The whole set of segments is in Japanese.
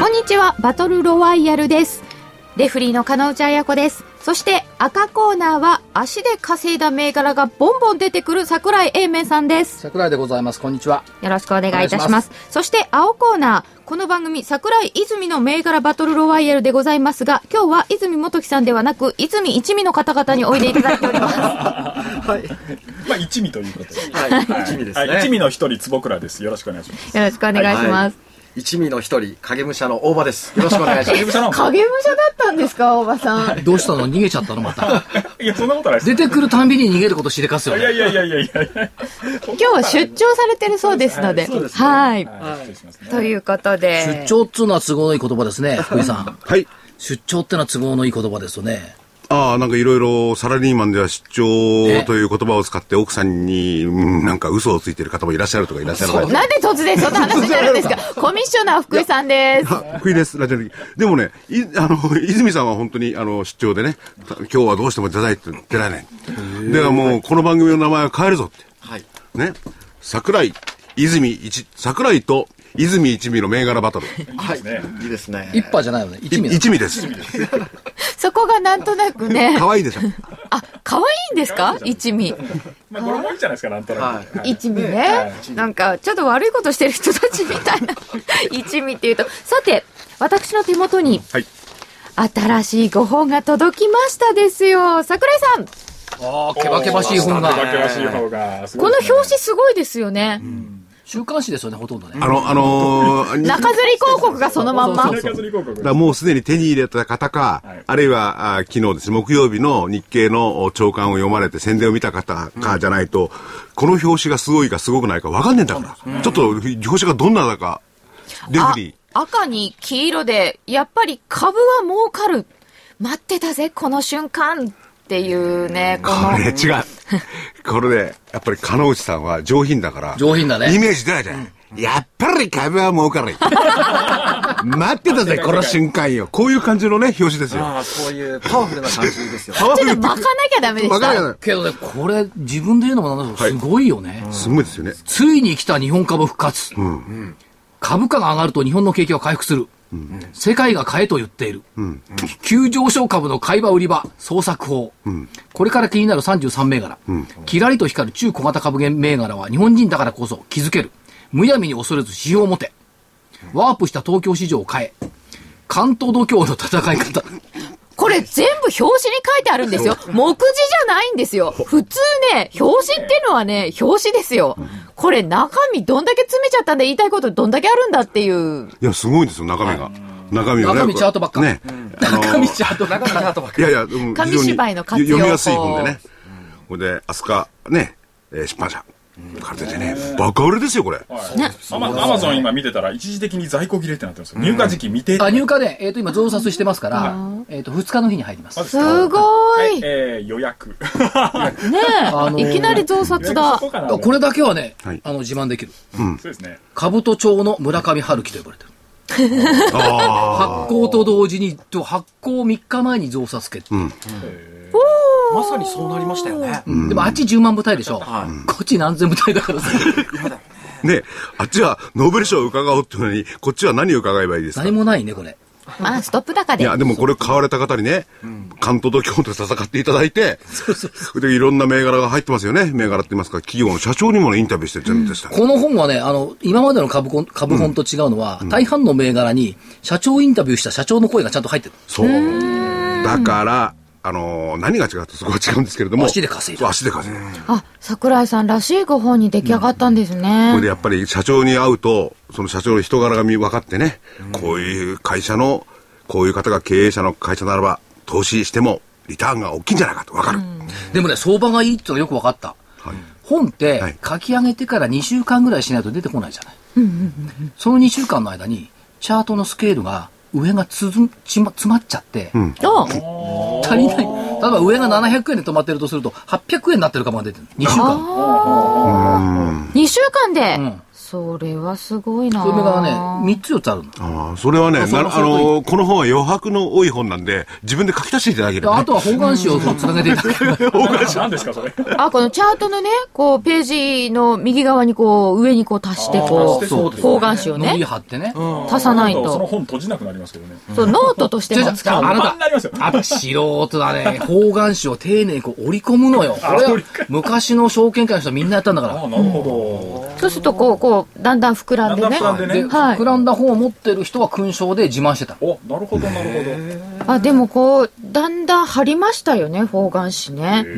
こんにちは、バトルロワイヤルです。レフリーの金内彩子です。そして赤コーナーは足で稼いだ銘柄がボンボン出てくる桜井英明さんです。桜井でございますこんにちはよろしくお願いいたしお願まいすし。そして青コーナー。この番組、桜井泉の銘柄バトルロワイヤルでございますが、今日は泉元樹さんではなく、泉一味の方々においでいただいております。まあ、一味ということで。 はい、一味ですね、はい一味の一人、坪倉です。よろしくお願いします。よろしくお願いします。はい一味の一人影武者の大場ですよろしくお願いし影武者の方影武者だったんですか、大場さん。どうしたの逃げちゃったのまた いや、そんなことないで出す。てくるたんびに逃げることしでかすよいやねいやいやいやいやいや。今日は出張されてるそうですので。そうですねはい。はい失礼しますねということで。出張っつうのは都合のいい言葉ですね福井さんはい。出張ってのは都合のいい言葉ですよねああ、なんかいろいろサラリーマンでは出え張という言葉を使って奥さんに、うんなんか嘘をついてる方もいらっしゃるとかいらっしゃらないとか。なんで突然そんな話になるんですかコミッショナー福井さんです。あ福井です、ラジオ的。でもね、いあの、泉さんは本当に、あの、出張でね、た今日はどうしても出たいって出られない。だからもう、この番組の名前は変えるぞって。はいね。桜井、泉一、桜井と泉一味の銘柄バトル。はいいいですね一派じゃないよね一味だ一味です。そこがなんとなくね。可愛いでしょ。あ、可愛いんですか一味。まあ、これもいいじゃないですか、なんとなく。はい一味ね。なんか、ちょっと悪いことしてる人たちみたい な。一味っていうと。さて、私の手元に、はい新しいご本が届きましたですよ。桜井さん、ああケバケバしい本お化がけらしい方が、すこごいのですね表紙すごいですよね。週刊誌ですよねほとんどねあの、あのー 中吊り広告がそのまんま。生活に広告だからもうすでに手に入れた方か、はいあるいはあ昨日ですね木曜日の日経の朝刊を読まれて宣伝を見た方かじゃないと、この表紙がすごいかすごくないか分かんねえんだから、ちょっと表紙がどんなだかレフあェリー赤に黄色で、やっぱり株は儲かる。待ってたぜ、この瞬間っていうね、このこ。れ違う これねやっぱり金内さんは上品だから上品だねイメージ出ないじゃん、やっぱり株は儲かる待ってたぜこの瞬間よこういう感じのね表紙ですよああそういうパワフルな感じですよパワちフょっルと巻かなきゃダメでわしかんないた。なけどねこれ自分で言うのもなんだけどすごいよね、すごいですよねついに来た日本株復活、株価が上がると日本の景気は回復する、世界が買えと言っている、急上昇株の買い場売り場創作法、これから気になる33銘柄、キラリと光る中小型株銘柄は日本人だからこそ気づけるむやみに恐れず指標を持てワープした東京市場を変え関東度胸の戦い方これ全部表紙に書いてあるんですよ。目次じゃないんですよ。普通ね、表紙ってのはね、表紙ですよ。これ中身どんだけ詰めちゃったんで言いたいことどんだけあるんだっていう。いや、すごいですよ、中身が。中身はね。中身チャートばっかね。あの中道あと中身ハートバックいやいや、でも紙非常に芝居の活用法読みやすい本でね。これで、アスカ、ね、えー出版社。カルテでね、バカ売れですよ、これ。アマアマゾン今見てたら、一時的に在庫切れってなってますよ。入荷時期未定。あ入荷で、えっと今増刷してますから、えっと2日の日に入りますマジですかご。はいねい、えー予約。あのえ。ーいきなり増刷そだ。こかな。これだけはね、はいあの自慢できるそうですね。兜町の村上春樹と呼ばれてるあ発行と同時にと発行3日前に増刷決定、まさにそうなりましたよね、でもあっち10万部隊でしょ、はこっち何千部隊だからさあ、ね、あっちはノーベル賞を伺おうっていうのに、こっちは何を伺えばいいですか何もないねこれまあ、ストップ高いで。や、でもこれ買われた方にね、関東と京都で戦っていただいて、で、いろんな銘柄が入ってますよね。銘柄って言いますか、企業の社長にもね、インタビューしてるんでしたね。この本はねあの今までの株本株本と違うのは、大半の銘柄に社長インタビューした社長の声がちゃんと入ってるそう。だから、あのー何が違うとそこは違うんですけれども。足で稼いだ足で稼いだあ、桜井さんらしいご本に出来上がったんですこねれで。やっぱり社長に会うと、その社長の人柄が見分かってね、こういう会社の、こういう方が経営者の会社ならば、投資してもリターンが大きいんじゃないかと分かる。でもね相場がいいってのはよく分かったはい本ってはい書き上げてから2週間ぐらいしないと出てこないじゃない、その2週間の間にチャートのスケールが上がつづんちま詰まっちゃって、お足りない。例えば上が700円で止まってるとすると、800円になってるかも出てる。2週間。 2週間で、うんそれはすごいなそれがね、3つ4つあるの。ああ、それはね、あそなのあの、この本は余白の多い本なんで、自分で書き足していただければ、あね。とは方眼紙をそうつなげていただければ。何ですか、それ。あ、このチャートのね、こう、ページの右側にこう、上にこう足して、あーこ足してう、そうですね方眼紙をのりね、貼ってね。足さないそのと。本閉じなくなりますけどね。そう、ノートとしてじゃもあじゃ使あ、う。あな不安になりますよた、あなた素人だね。方眼紙を丁寧にこう折り込むのよ。これは昔の証券会の人はみんなやったんだかあら。あ、なるほそうすると、こう、こう、だんだん膨らんでね。だんだん膨らんでで、ねはい膨らんだ本を持ってる人は勲章で自慢してた。ど。お、なるほど、なるほど。あ、でもこう、だんだん張りましたよね、方眼紙ね。う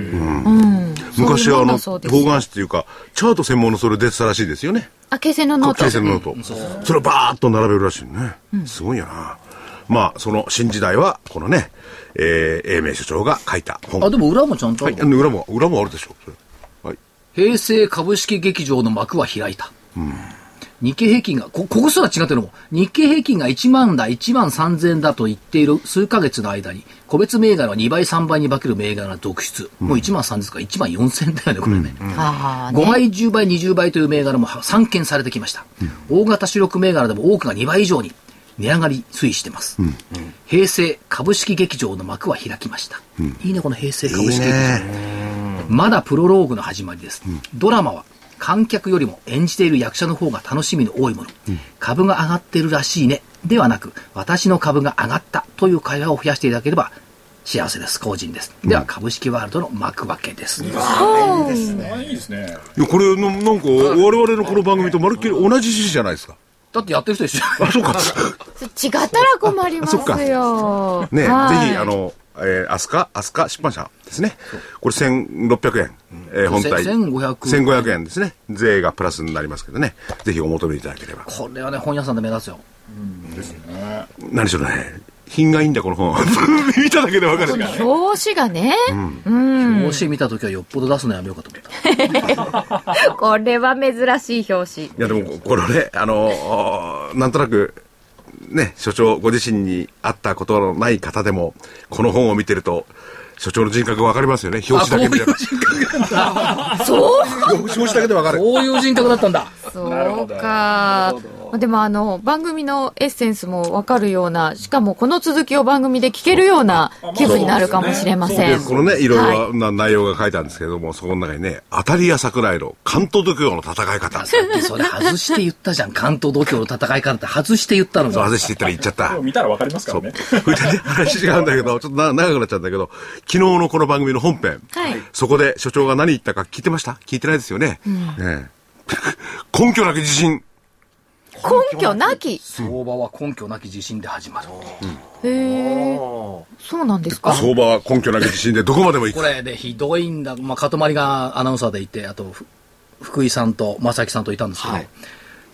ん。昔はあの、そういうもんだそう方眼です紙っていうか、チャート専門のそれ出てたらしいですよね。あ、形成のノート。形成のノート。それをバーッと並べるらしいね。すごいよな。まあ、その新時代は、このね、えー、英明所長が書いた本。あ、でも裏もちゃんとあはるい、あの裏も、裏もあるでしょ。それはい。平成株式劇場の幕は開いた。日経平均が、こ、ここすら違ってるのも、日経平均が1万だ、1万3000だと言っている数ヶ月の間に、個別銘柄は2倍、3倍に化ける銘柄が続出。もう1万3000から1万4000だよね、これね。あー5倍、10倍、20倍という銘柄も散見されてきました。大型主力銘柄でも多くが2倍以上に値上がり推移してます。平成株式劇場の幕は開きました。いいね、この平成株式劇場。まだプロローグの始まりです。ドラマは観客よりも演じている役者の方が楽しみの多いもの。株が上がってるらしいね。ではなく、私の株が上がったという会話を増やしていただければ幸せです。個人です。では、株式ワールドの幕開けです。あいいですね。いや、これ、ななんか、我々のこの番組とまるっきり同じ趣旨じゃないですか。だってやってる人一緒じ ゃんあ、そうか。違ったら困りますそっかよ。ね、ぜひ、はいあ、の、えー、アスカ、アスカ出版社ですね。これ1600円。えー本体。せ1500 1500円ですね。税がプラスになりますけどね。ぜひお求めいただければ。これはね、本屋さんで目立つよ。何しろね、品がいいんだ、この本。 見ただけでわかる。表紙がね、もし見たときはよっぽど出すのやめようかと思った。これは珍しい表紙。いや、でも、これね、あの、あーなんとなく、ね、所長ご自身に会ったことのない方でも、この本を見てると、所長の人格わかりますよね。表紙だけ見れば。そう表紙だけでわかる。こういう人格だったんだ。そうか。でもあの、番組のエッセンスもわかるような、しかもこの続きを番組で聞けるような気分になるかもしれませでん。このね、いろいろな内容が書いてあるんですけども、そこの中にね、当たり屋桜井の関東度胸の戦い 方。それ外して言ったじゃん。関東度胸の戦いからって外して言ったのに。外していったら言っちゃったこれ。見たらわかりますかそらう。ね。それでね、話違うんだけど、ちょっとな長くなっちゃうんだけど、昨日のこの番組の本編、はいそこで所長が何言ったか聞いてました聞いてないですよね。え え根拠なき自信。根拠なき。相場は根拠なき自信で始まる。へえ。そうなんですか。相場は根拠なき自信でどこまでも行こく。れでひどいんだ。まあ、かとまりがアナウンサーでいて、あと、ふ福井さんと正木さんといたんですけど、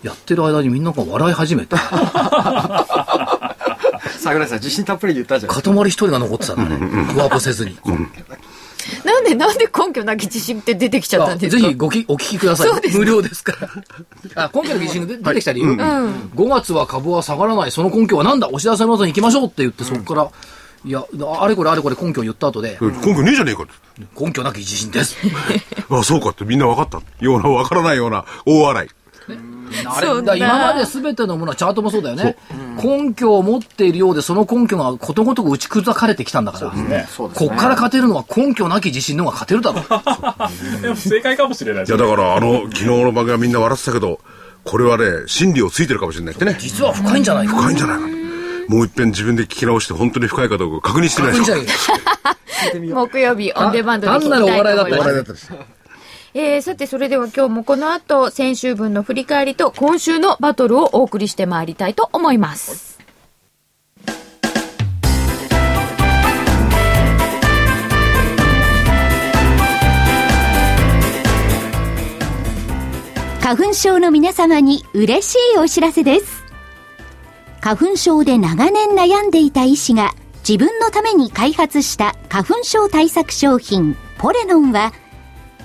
やってる間にみんなが笑い始 めて、か桜井さん、自信たっぷりで言ったじゃん。とまり一人が残ってたんだね。上ぼせずに。なんで、なんで根拠なき自信って出てきちゃったんですぜかひごきお聞きください。そうです無料ですから。あ、根拠の疑心が出出てきた理由、5月は株は下がらない、その根拠はなんだ、お知らせの後に行きましょうって言って、そこから、いや、あれこれあれこれ根拠を言った後で、根拠ねえじゃねえかって。根拠なき自信です。あそうかってみんな分かった。ような、分からないような大笑い。あそうれだだ今まで全てのものはチャートもそうだよね、根拠を持っているようで、その根拠がことごとく打ち砕かれてきたんだから、そうですこねっから勝てるのは根拠なき自信の方が勝てるだろう。でも正解かもしれないいや、だからあの、昨日の番組はみんな笑ってたけど、これはね、真理をついてるかもしれないってね。実は深いんじゃないか。深いんじゃないかと。もう一遍自分で聞き直して本当に深いかどうか確認してみましょう。木曜日オンデマンドで聞単きなるおたい笑いとだっ思いたます。よ。えー、さて、それでは今日もこの後、先週分の振り返りと今週のバトルをお送りしてまいりたいと思います。花粉症の皆様に嬉しいお知らせです。花粉症で長年悩んでいた医師が自分のために開発した花粉症対策商品ポレノンは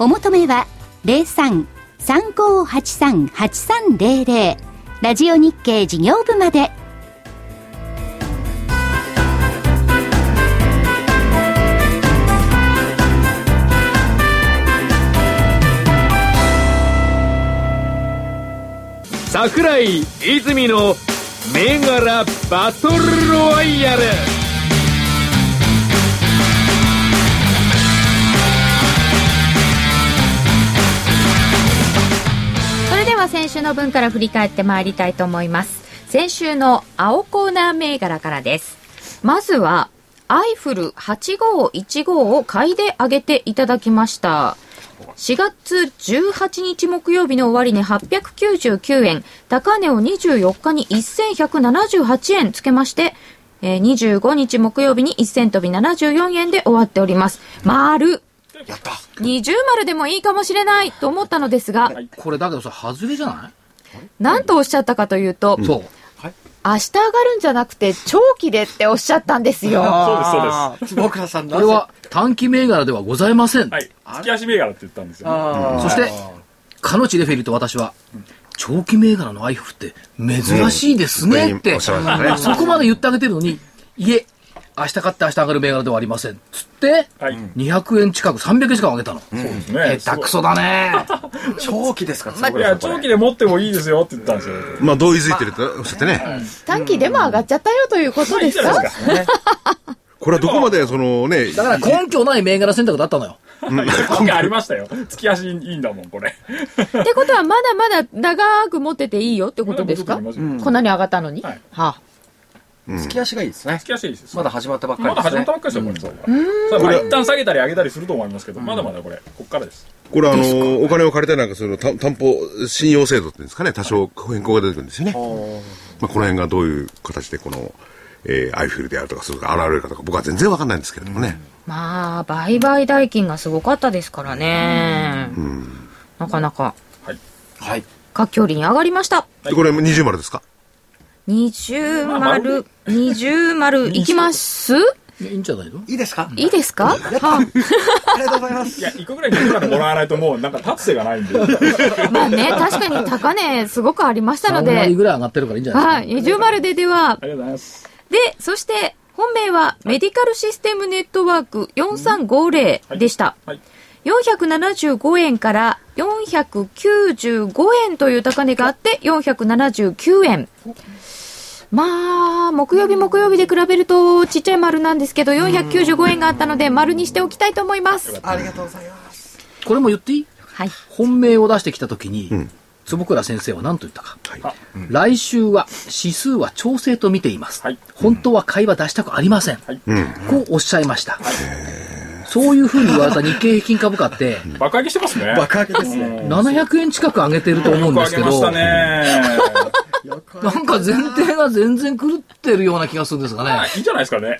お求めは03-3583-8300ラジオ日経事業部まで桜井泉の銘柄バトルロワイヤルそれでは先週の分から振り返ってまいりたいと思います先週の青コーナー銘柄からですまずはアイフル8515を買いで上げていただきました4月18日木曜日の終値899円高値を24日に1178円つけましてえー25日木曜日に1000飛び74円で終わっております丸やった二重丸でもいいかもしれないと思ったのですが、これだけどさ、外れじゃないなんとおっしゃったかというと、そう。明日上がるんじゃなくて長期でっておっしゃったんですよ。あー坪倉さんなこぜれは短期銘柄ではございません。はい。月足銘柄って言ったんですよね。あーそして、かのちレフェリーと私は、長期銘柄のアイフルって珍しいですねって、うん上におっしゃられたねそこまで言ってあげてるのに、いえ、明日買って明日上がる銘柄ではありません。つって、はい。 200円近く、300円近く上げたの。そうですね。下手くそだね。長期ですから、坪い倉さや、んこれ長期で持ってもいいですよって言ったんですよ。まあ同意づいてるとおっしゃってね。短期でも上がっちゃったよということですまあいいかじゃこれはどこまでそのね、だから根拠ない銘柄選択だったのよ。今回ありましたよ。月足いいんだもん、これ。ってことはまだまだ長く持ってていいよってことですか、まだ持ってていいまこんなに上がったのに、はいは月足がいいですね月足いいですよまだ始まったばっかりまでだす始まねったばっかりですよ、これ。さあまあ一旦下げたり上げたりすると思いますけど、まだまだこれ、ここからです。これはあの、お金を借りたりなんかするの担担保信用制度っていうんですかね、多少変更が出てくるんですよね。まあこの辺がどういう形でこの、えーアイフィルであるとか、そういうのが現れるかとか、僕は全然わかんないんですけれどもね。あ、まあ売買代金がすごかったですからね、なかなかはい。はい各距離に上がりましたでこれも二重丸ですか二重まあま丸二重丸いきますいやいいんじゃないのいいですかいいですか、はありがとうございまいすや、一個ぐらいにいくらもらわないともう、なんか立つ瀬がないんで。 あ、まあね確かに高値すごくありましたの3で割ぐらい上がってるからいいんじゃなはいい、二重丸でではありがとうございます。で、そして、本命は、メディカルシステムネットワーク4350でした。はい。 475円から495円という高値があって、479円。まあ、木曜日木曜日で比べると、ちっちゃい丸なんですけど、495円があったので、丸にしておきたいと思います。ありがとうございますこれも言っていいはい。本命を出してきたときに、坪倉先生は何と言ったか、は来週は指数は調整と見ています、はい本当は買いは出したくありません、はいこうおっしゃいました、そういうふうに言われた日経平均株価って、爆上げしてますね。爆上げですね700円近く上げてると思うんですけよく上げましど、たね。なんか前提が全然狂ってるような気がするんですがね、いいんじゃないですかね。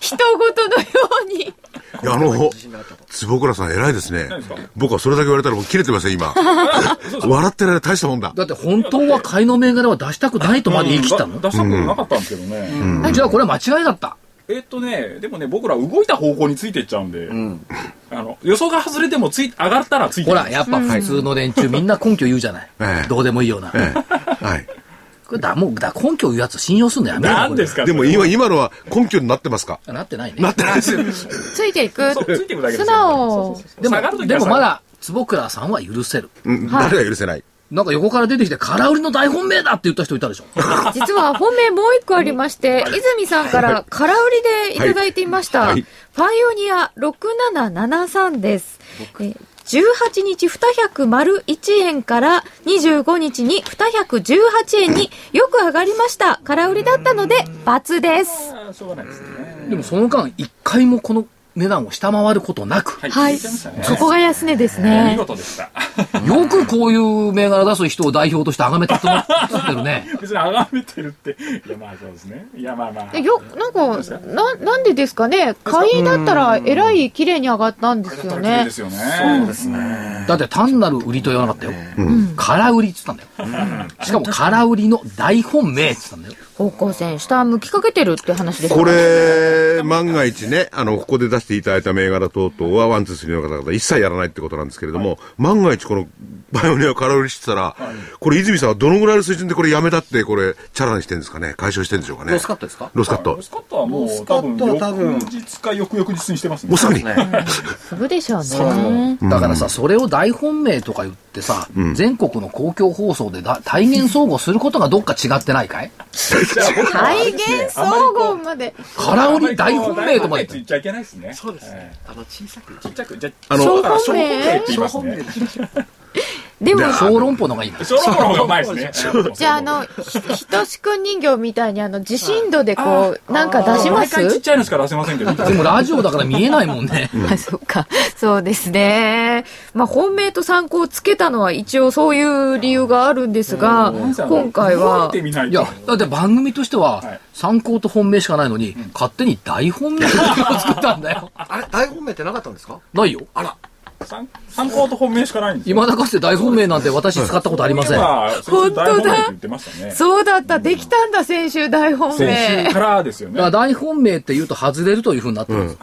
人ごとのように。いや、あの、坪倉さん偉いですね何ですか。僕はそれだけ言われたらもう切れてますよ、 今。笑ってられ大したもんだ。だって本当は買いの銘柄は出したくないとまで言い切ったの、うんだ出したことなかったんですけどね。じゃあこれは間違いだった。えっとね、でもね、僕ら動いた方向についていっちゃうんで、あの予想が外れてもつい上がったらついてほいくら、やっぱ普通の連 中みんな根拠言うじゃない。ええどうでもいいような。 ええはい。これだ、もう、だ、根拠言うやつ信用すんのやめろ。なんですかかでも今、今のは根拠になってますかなってないね。なってないですよ。ついていく。そうついていくだけですよ素直。で下がるも、時ではも下がまるだ、坪倉さんは許せる。うん誰が許せない。なんか横から出てきて、空売りの大本命だって言った人いたでしょ。実は本命もう一個ありまして、泉さんから空売りでいただいていました。はいパイオニア6773です。えー18日200丸1円から25日に218円によく上がりました。空売りだったので、×です。あーしょうがないですね。でもその間、一回もこの値段を下回ることなく、はい。はい。聞ちゃましたねそこが安値です見ね。事でした。よくこういう銘柄出す人を代表として崇めたと思ってるね。別にあがめてるって。いや、まあそうですね。いや、まあまあ。えよ、なんか、な、なんでですかね買いだったら、えらい綺麗に上がったんですよ綺麗ねで。すよね。そうですね。だって単なる売りと言わなかったよ。空売りって言ったんだよ。しかも空売りの大本命って言ったんだよ。方向線、下向きかけてるって話ですよねこれ、万が一ね、あの、ここで出していただいた銘柄等々は、ワン、ツー、スリーの方々一切やらないってことなんですけれども、万が一この、バイオニアを空売りしてたら、これ、泉さんはどのぐらいの水準でこれやめたって、これ、チャラにしてるんですかね解消してるんでしょうかねロスカットですかロスカットロ。スカットはもロうスカ多分ットは多分翌日か翌々日にしてますねもうすぐに。すぐでしょうね。だからさ、それを大本命とか言ってさ、全国の公共放送でだ体現相互することがどっか違ってないかい体現総合まで。空売り大本命とまで大本命って言っちゃいけないですね。そうですえね。あの、小さく。えちっちゃく、じゃあの小本小本命命って言います本命ねで。ちっちゃくでも、小論法の方がいいんだよ小本命の方がうまいですね。じゃあ、あの、ひ、ひとしくん人形みたいに、あの、地震度でこう、なんか出しま毎回ちっすちゃいのしか出せませんけど。でもラジオだから見えないもんね。あ、 そっか。そうですね。まあ、本命と参考をつけたのは一応そういう理由があるんですが、今回見は、てみないいやと。、だって番組としてはは、い参考と本命しかないのに、勝手に大本命を作ったんだよ。あれ、大本命ってなかったんですかないよ。参参考と本命しかないんですよ。今だかつて大本命なんて私使ったことありません。本当だ。言ってましたね。そうだった、できたんだ、先週大本先週命。からですよね。だから大本命って言うと外れるというふうになってるんです。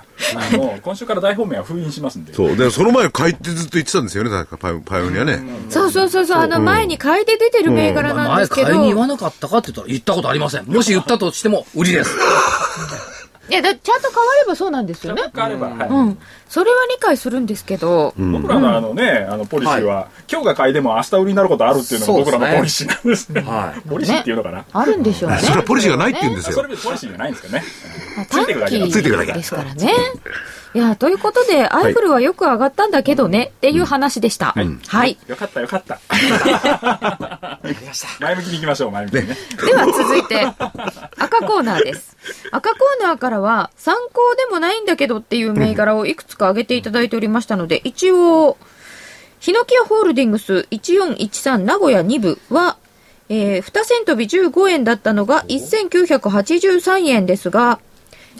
あの今週から大本命は封印しますんで。そう。で、その前、買いってずっと言ってたんですよね、確かパイパイオニアね。そうそうそうそう、あの、前に変えて出てる銘柄なんで前すけ買ど。いに言わなかったかって言ったら言ったことありません。もし言ったとしても売りです。いや、だちゃんと変わればそうなんですよね。があれば、はいうん。それは理解するんですけど、僕らのあのね、あのポリシーは、今日が買いでも明日売りになることあるっていうのが僕らのポリシーなんですね。はい。ポリシーっていうのかな。あるんでしょうね。それはポリシーがないって言うんですそよれ。でポリシーじゃないんですかね。短ついてくだけ期ですからね。いや、ということで、アいイフルはよく上がったんだけどね、っていう話でした。はい。よかったよかった。やりました。前向きに行きましょう、前向きにね。では続いて、赤コーナーです。赤コーナーからは、参考でもないんだけどっていう銘柄をいくつか挙げていただいておりましたので、一応、ヒノキアホールディングス1413名古屋2部は、えー、2千飛び15円だったのが1983円ですが、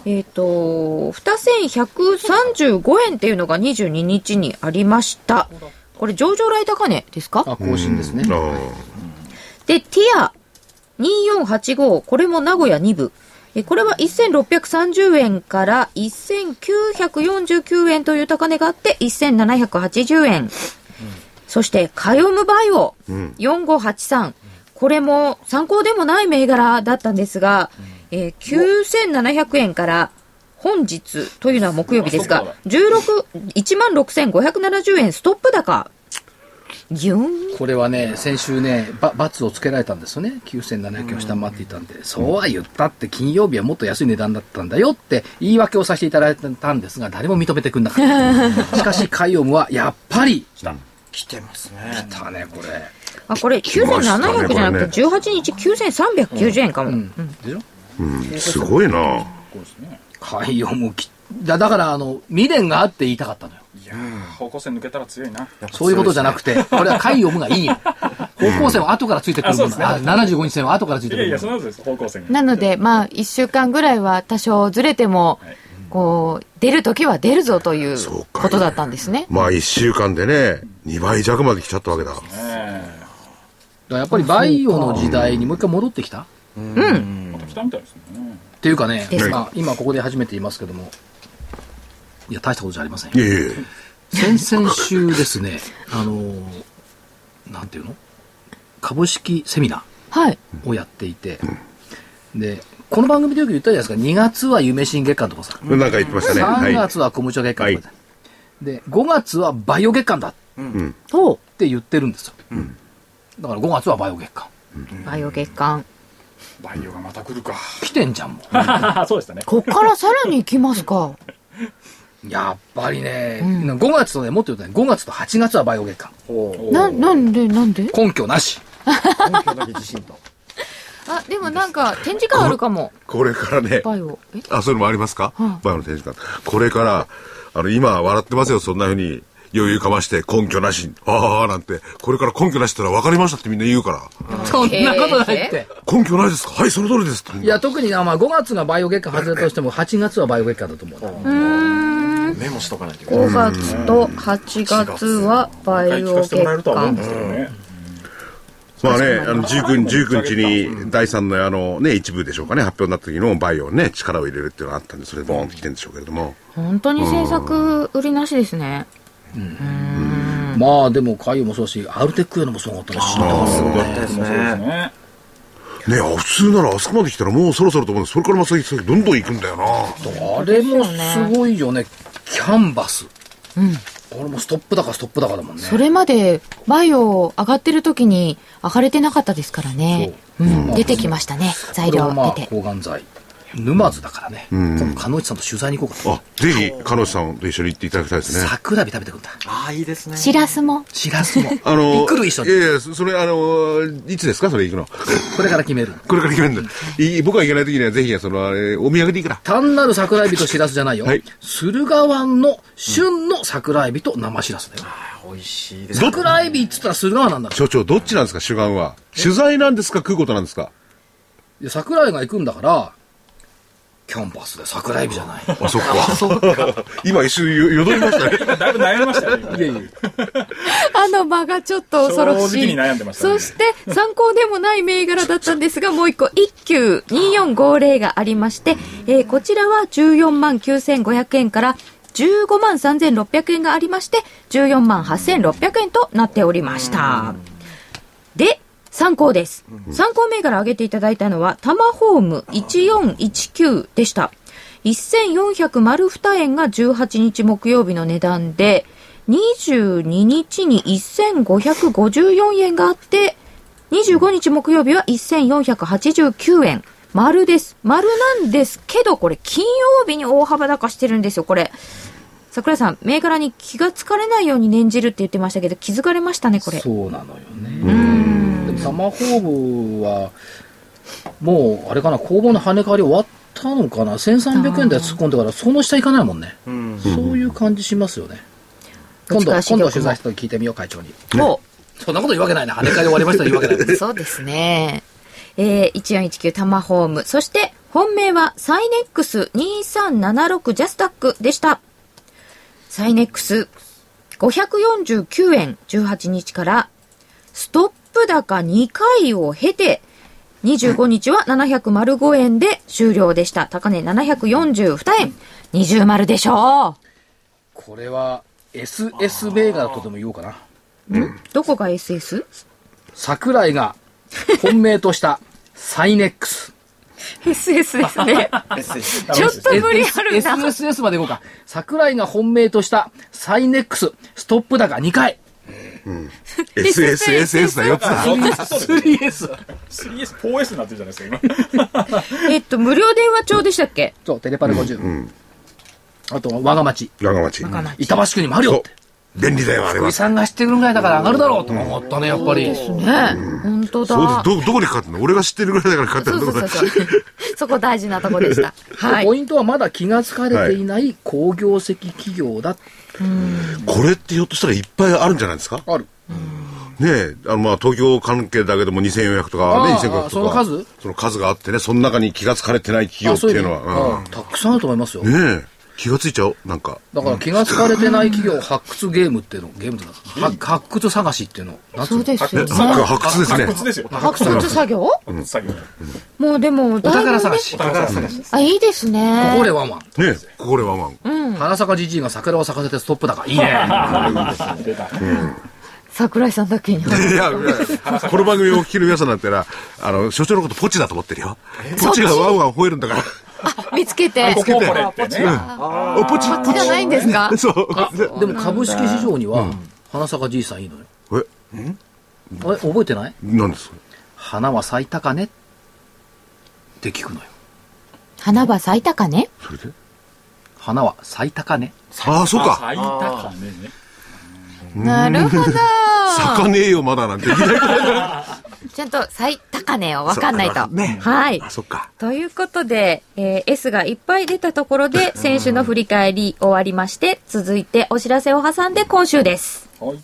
えっ、と、2135円っていうのが22日にありました。これ上場来高値ですかあ、更新ですね。あで、ティア2485、これも名古屋2部。えこれは1630円から1949円という高値があって1780円。そして、カヨムバイオ4583。これも参考でもない銘柄だったんですが、えー9700円から本日というのは木曜日ですうわが、16、16,570円ストップ高。ギュンこれはね、先週ね、ば罰をつけられたんですよね。9700円を下回っていたんで、そうは言ったって金曜日はもっと安い値段だったんだよって言い訳をさせていただいたんですが、誰も認めてくれなか った。しかし、カイオムはやっぱり、来てますね。だね、これ。あ、これましたね9700じゃなくて、18日9390円かも。でしょーすごいな。カイオムき、だだから、あの、未練があって言いたかったのよ。いやー方向性抜けたら強いな。そういうことじゃなくて、これは回読むがいい よ。方向線は後からついてくるあそもうんですねだ。75日線は後からついていくやるいもや、んだ。そんなことです、方向性が。なので、まあ、1週間ぐらいは多少ずれても、こう、出るときは出るぞというそうかいことだったんですね。まあ、一週間でね、2倍弱まで来ちゃったわけだ。えだからやっぱりバイオの時代にもう一回戻ってきたっえまた来たみたいですね。ていうかねです、まあ今ここで初めて言いますけども、いや、大したことじゃありませんい。やいやいや先々週ですね、あのー、なんていうの株式セミナはい。ーをやっていて、で、この番組でよく言ったじゃないですか、2月は夢新月間とかさ、なんか言ってましたね。は3い。月は小無茶月間とかで、で5月はバイオ月間だうん。とって言ってるんですよ。だから5月はバイオ月間。バイオ月間。バイオがまた来るか。来てんじゃんもそうでしたね。こっからさらに行きますう。か。やっぱりね、5月とね、もっと言うとね、5月と8月はバイオ月間。な、なんで、なんで根拠なし。根拠なき自信と。あ、でもなんか、展示会あるかも。これからね、バイオ。えあ、そういうのもありますか、バイオの展示会。これから、あの、今笑ってますよ、そんな風に。余裕かまして根拠なし。ああ、なんて。これから根拠なしってのは分かりましたってみんな言うから。そんなことないって。根拠ないですかはい、その通りですって。いや、特にな、まあ5月がバイオ月間外れたとしても、8月はバイオ月間だと思う。メモしとかないといけない。 5月と8月はバ一イ回聞オかせて月もらえるとは思うん間ですけどね。まあね、あの、19、19日に第3のあの、ね、一部でしょうかね、発表になった時のバイオにね、力を入れるっていうのがあったんで、それボーンと来てんでしょうけれども。本当に制作売りなしですね。まあでも、海洋もそうだし、アルテックへのもすごかったし。そうですね。ねあ普通ならあそこまで来たらもうそろそろと思うんです。それからまた先どんどん行くんだよな。あれもすごいよね。キャンバス。うん。俺もストップ高ストップ高だもんね。それまで、バイオ上がってる時に上がれてなかったですからね。うん、出てきましたね。材これ料はまあ、出て。抗がん剤。沼津だからね。今度、鹿野内さんと取材に行こうかと。あ、ぜひ、彼女さんと一緒に行っていただきたいですね。桜火食べてくんだ。ああ、いいですね。しらすも。しらすも。あの、来る一緒いに。やいや、そそれ、あの、いつですかそれ行くの。 これから決める。これから行けるんだ。い僕は行けない時には、ぜひ、その、あれ、お土産でいいから。単なる桜エビとしらすじゃないよ。はい駿河湾の旬の桜エビと生しらすだよ。美味しいです。桜エビっつったら駿河湾なんだろ所長、どっちなんですか主眼は。取材なんですか食うことなんですかいや桜エビが行くんだから、キャンパスで桜エビじゃない。あ、そっか。 今一瞬よ、よどりましたね。 だいぶ悩みましたよ、ね。あの場がちょっと恐ろしい。正直に悩んでましたそねして、参考でもない銘柄だったんですが、もう一個、1級2450がありまして、えーこちらは14万9500円から、15万3600円がありまして、14万8600円となっておりました。で、参考です。参考銘柄上げていただいたのは、タマホーム1419でした。1400丸2円が18日木曜日の値段で、22日に1554円があって、25日木曜日は1489円。丸です。丸なんですけど、これ金曜日に大幅高してるんですよ、これ。桜井さん、銘柄に気がつかれないように念じるって言ってましたけど、気づかれましたね、これ。そうなのよね。でも、サマホーブは、もう、あれかな、工房の跳ね返り終わったのかな。1300円台突っ込んでから、その下行かないもんね。そういう感じしますよね。今度、難しい今曲度も取材した時聞いてみよう、会長に。もうそんなこと言うわけないな。跳ね返り終わりました言うわけない。そうですね。 えー、1419タマホーム。そして、本命はサイネックス2376ジャスタックでした。サイネックス549円18日からストップ高2回を経て、25日は705円で終了でした。高値742円。20丸でしょこれは、SS 銘柄とでも言おうかな。う。どこが SS? 桜井が本命としたサイネックス。 SS ですね。ちょっと無理あるな。 SSS まで行こうか。桜井が本命としたサイネックス、ストップ高2回。 SSSS だ、4つだ。 3S。 3S、4S になってるじゃないですか、今。えっと、無料電話帳でしたっけそう、テレパル50。あと、我が町。我が町。板橋区にもあるよって。そう便利だよ、あれはお。じさんが知ってるぐらいだから上がるだろうと思ったね、やっぱり。ね本当そうでだす。。ど、どこにかかってんの俺が知ってるぐらいだからかかってそるうそうとこそだうそう。 そこ大事なとこでした。はいポ。イントはまだ気がつかれていない工業石企業だ。これってひょっとしたらいっぱいあるんじゃないですかある。ねえ、あの、まあ、東京関係だけでも2400とかね、ああ2500とああか。その数その数があってね、その中に気がつかれてない企業あってそういうの意味は。うんたくさんあると思いますよう。んねえ、気がついちゃうなんか。だから気がつかれてない企業発掘ゲームっていうの、ゲームっていうのは発掘探しっていうの。なんつうそうのですねよ。なんか発掘ですね。発掘ですよ。発掘作業作業。もうでも、おだい宝ぶね探。し。あ、いいですこねこ。でワンワン。ねえ、これはまあ、花坂じじいが桜を咲かせてストップだから。いいね。桜井さんだけに。いや、この番組をお聞きの皆さんなんてな、あの、所長のことポチだと思ってるよ。ポチがワンワン吠えるんだから。見つけて。こここれってね。おポチ、ポじゃないんですかチ。そう。でも株式市場には、花坂じいさんいいのよ。え、え覚えてないなんですか花は咲いたかねって聞くのよ。花は咲いたかねそれで花は咲いたかねああ、そうあか。咲いたかねね。なるほど。咲かねえよ、まだなんて言いたいくらいちゃんと最高値を分かんないと。ね。はい あ、。そっか。ということで、えー S がいっぱい出たところで、選手の振り返り終わりまして、続いてお知らせを挟んで今週です。はい。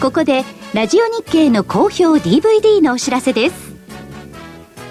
ここでラジオ日経の好評 DVD のお知らせです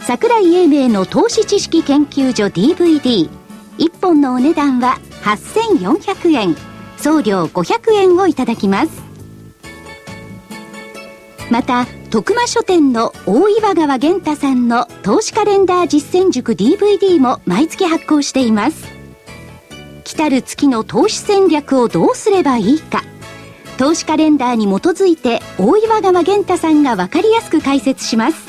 桜井英明の投資知識研究所 DVD1 本のお値段は8400円送料500円をいただきますまた徳間書店の大岩川源太さんの投資カレンダー実践塾 DVD も毎月発行しています来たる月の投資戦略をどうすればいいか投資カレンダーに基づいて大岩川源太さんが分かりやすく解説します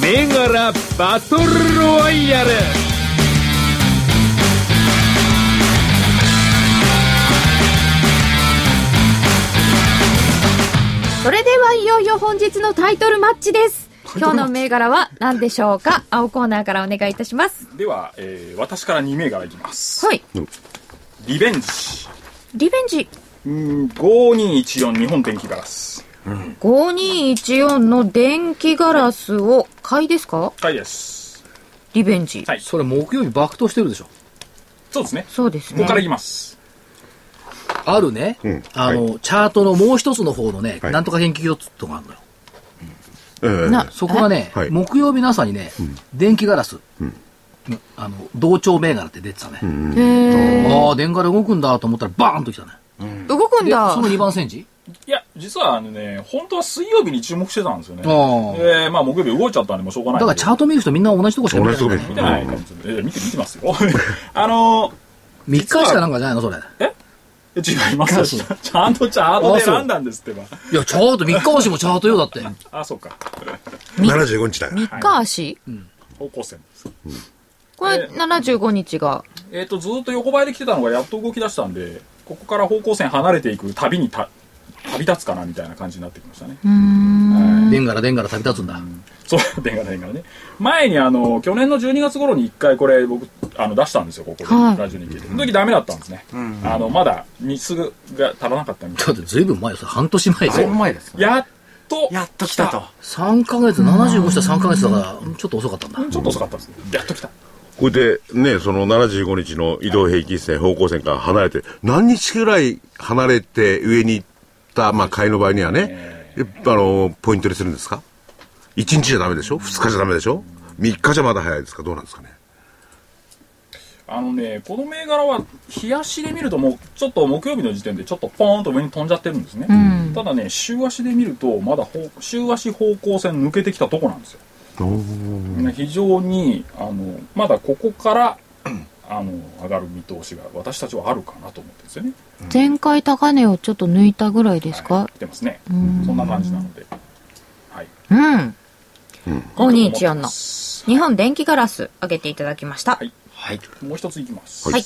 銘柄バトルロワイヤルそれではいよいよ本日のタイトルマッチです。今日の銘柄は何でしょうか青コーナーからお願いいたします。では、えー私から2名からいきます。はい。リベンジ。リベンジ。うん、5214日本電気ガラス。 5214の電気ガラスを買いですかはいです。リベンジ。はい。それ木曜日爆投してるでしょ。そうですね。そうですここねか。らいきます。あるね、うんあの、チャートのもう一つの方のね、はいなんとか研究所っつうとこがあるのよ。ええなそこがね、はい木曜日の朝にね、電気ガラス、うんあの、同調銘柄って出てたね。へああ、電ガラ動くんだと思ったら、バーンときたね。ー動くんで、だそ。の2番センチいや、実はあのね、本当は水曜日に注目してたんですよね。あーえー、まあ木曜日動いちゃったんで、もうしょうがないだんで。からチャート見る人みんな同じとこしか見同ないじとこ見見るてないかもしれない。えー、見て、見てますよ。 あのー、 3日しかなんかじゃないのそれ。違いますよ。ちゃんとチャートで選んだんですってば。いや、チャート、3日足もチャートよ、だって。あ、そうか。 75日だよ。三日足方向線です。これ75日が。えっ、と、ずーっと横ばいで来てたのがやっと動き出したんで、ここから方向線離れていく旅にた、旅立つかなみたいな感じになってきましたね。はい電ガラ電ガラ旅立つんだ。そう、電がないからね。前にあの、去年の12月頃に一回これ僕、あの、出したんですよ、ここで。はいラジオに聞いて。その時ダメだったんですね。あの、まだ日数が足らなかったみたいだってずいぶん前よ、それ半年前だいぶよ。前ですね。やっと、やっと来たと。。 3ヶ月、75した3ヶ月だから、ちょっと遅かったんだ。ちょっと遅かったですね。やっと来た。これで、ね、その75日の移動平均線、方向線から離れて、何日ぐらい離れて上に行った、まあ、買いの場合にはね、やっぱあの、ポイントにするんですか ?1 日じゃダメでしょ ?2 日じゃダメでしょ ?3 日じゃまだ早いですかどうなんですかねあのね、この銘柄は、冷やしで見ると、もうちょっと木曜日の時点で、ちょっとポーンと上に飛んじゃってるんですね。ただね、週足で見ると、まだほう週足方向線抜けてきたとこなんですよ。ね非常にあの、まだここから あの上がる見通しが、私たちはあるかなと思ってるんですよね。前回高値をちょっと抜いたぐらいですはかい、来てますね。そんな感じなので。はい。うん。思5214ってのます日本電気ガラス上げていただきました。はいはい。もう一ついきます。はい。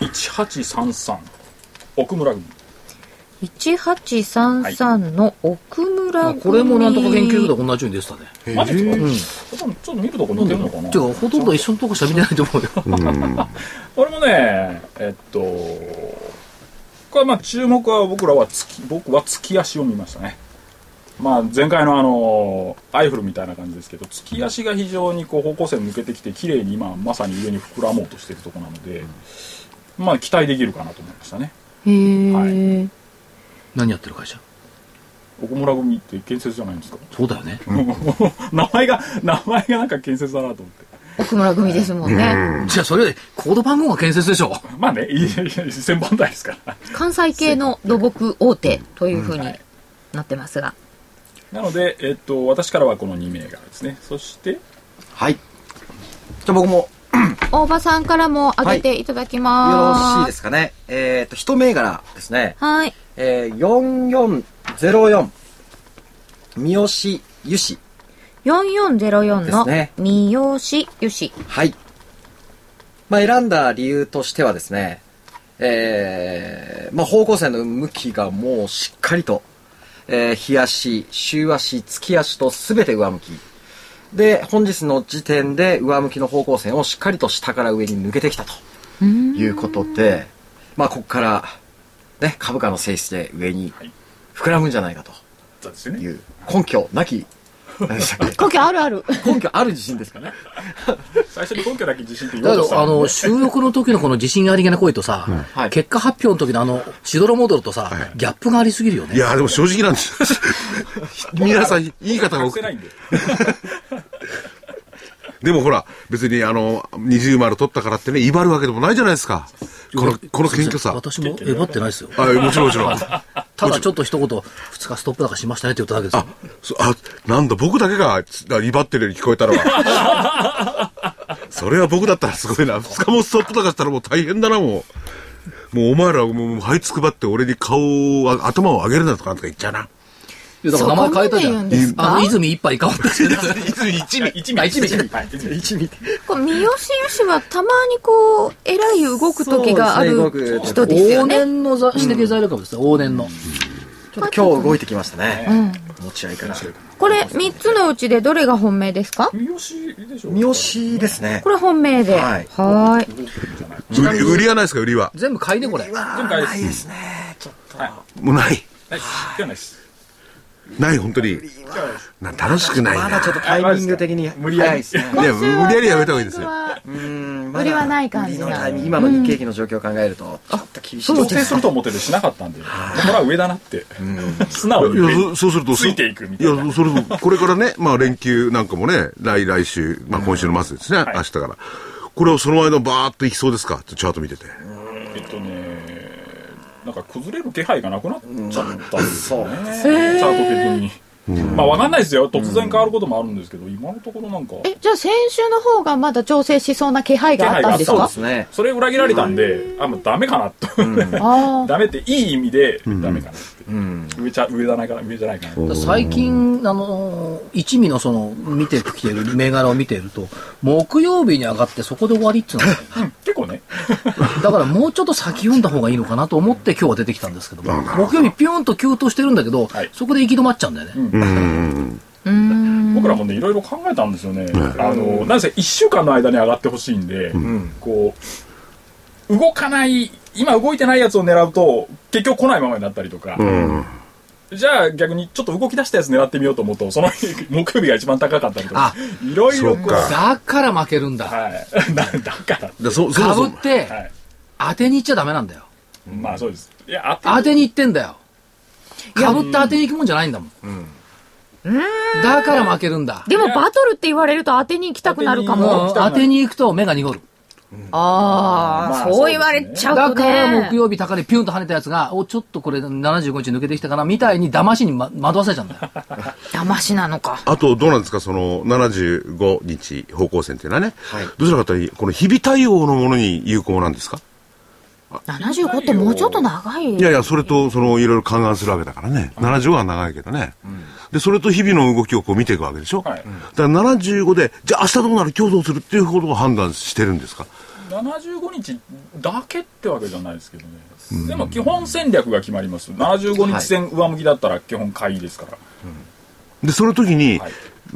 1833、奥村組。 1833の奥村組。これもなんとか研究所で同じように出てたね。マジですか、ちょっと見るとこ似てるのかな、てか、ほとんど一緒のとこしか見てないと思うよ。俺もね、えっと、これまあ注目は僕らは月僕は月足を見ましたね。まあ、前回のあのアイフルみたいな感じですけど月足が非常にこう方向性抜けてきて綺麗に今まさに上に膨らもうとしてるとこなので、まあ期待できるかなと思いましたねへえ、は 何やってる会社奥村組って建設じゃないんですかそうだよね。 名前が名前がなんか建設だなと思って奥村組ですもんね。じゃあそれ、コード番号が建設でしょ。まあねいやいやいや1000番台ですから関西系の土木大手というふうになってますが。なので、えっと、私からはこの2名がですねそしてはい。じゃあ僕も大場さんからも挙げていただきよろしいま。ですすかね。えっ、と、一銘柄ですね。はい。えー、4404、三好由志。 4404のですね三好由志。はい。まあ、選んだ理由としてはですね、えー、まあ、方向性の向きがもうしっかりと、えー、日足、週足、月足とすべて上向き。で、本日の時点で上向きの方向線をしっかりと下から上に抜けてきたということで、まあ、ここから、ね、株価の性質で上に膨らむんじゃないかとそうですよねいう根拠な き、何でしたっ故郷あるある。け根拠ある自信ですかね。最初に根拠だけ自信って言だおうけとしたど、あの、収録の時のこの自信ありげな声とさ、はい結果発表の時のあの、しどろもどろとさ、ギャップがありすぎるよね。いやーでも正直なん です。皆さん、言い方が隠多せくないんででもほら、別にあの、二重丸取ったからってね、威張るわけでもないじゃないですか。この、この謙虚さ。私も、えばってないですよ。はい、もちろんもちろん。あ、ただちょっと一言、2日ストップだからしましたねって言っただけですよ。そあ、なんだ、僕だけが、つあ威張ってるように聞こえたのは。それは僕だったらすごいな。二日もストップとかしたらもう大変だな、もう。もうお前ら、もう、はいつくばって俺に顔を、あ頭を上げるなとかなんとか言っちゃうな。いやだから名前変えたじゃん。ですあの、泉一杯変わったし、一味一味あ一味はい 一味こう三好由志はたまにこう、えらい動く時があるそうですね動く人ですよ往ね。年のざ指摘材料かもですよ、往年の。ちょっと今日動いてきましたね。持ち合いから。これ3つのうちでどれが本命ですか三好でしょ三好ですねこ。れ本命で。はいはーい。売り、売りはないですか、売りは。全部買いね、これ。前回ないですもうない。ないですではないですない、本当に。な楽しくないまだなちょ。っとタイミング的に無理や早いりですね。いや、無理やりやめた方がいいですよ。うん 無理はない感じ無な理のタイミング今の日経期の状況を考えると、ちょっと厳しい想で定すすると思ってるしなかったんで、これは上だなって、素直いやにそそうするとついていくみたいなやそれとこれからね、まあ、連休なんかもね来来週、まあ、今週の末ですね、明日からこれをその間バーっといきそうですかチャート見ててえっとね、なんか崩れる気配がなくなっちゃったんですよね、うチャート的に。まあわかんないですよ、突然変わることもあるんですけど、今のところなんか、え、じゃあ先週の方がまだ調整しそうな気配があったんです気配があかっそうですね。それ裏切られたんで、あ、もうダメかなと、 ああ。ダメっていい意味で、ダメかなって、上ちゃ上だないから、上じゃないかなって、最近、あのー、一味のその、見てきてる銘柄を見てると、木曜日に上がってそこで終わりっていうのが結構ね、だからもうちょっと先読んだ方がいいのかなと思って今日は出てきたんですけども、木曜日ピューンと急騰してるんだけど、はいそこで行き止まっちゃうんだよね。僕らもね、いろいろ考えたんですよね、あのなんせ1週間の間に上がってほしいんで、こう、動かない、今動いてないやつを狙うと、結局来ないままになったりとか。うんじゃあ逆にちょっと動き出したやつ狙ってみようと思うと、その日、 木曜日が一番高かったりとあ、かいろいろそこうう、かだから負けるんだ。はい。 なだから、でそそもそ株っもてはい。当てに行っちゃダメなんだよ。まあそうです。いや、当当ててに行ってんだよ。株って当てに行くもんじゃないんだもん。だから負けるんだ。でもバトルって言われると当てに行きたくなるかうんも。当てに当てに行くと目が濁る。あまあ、あそう言われちゃうだとからね。木曜日高値ピュンと跳ねたやつが、お、ちょっとこれ75日抜けてきたかな、みたいに騙しに、ま、惑わされちゃうんだよ。騙しなのか。あとどうなんですかその75日方向線っていうのはね、はいどちらかというとこの日々対応のものに有効なんですか75ってもうちょっと長いいやいやそれとそのいろいろ勘案するわけだからね75は長いけどね、でそれと日々の動きをこう見ていくわけでしょ、はいだから75でじゃあ明日どうなる今日どうするっていうことを判断してるんですか75日だけってわけじゃないですけどね。でも基本戦略が決まります。75日線上向きだったら基本買いですから。で、その時に、はい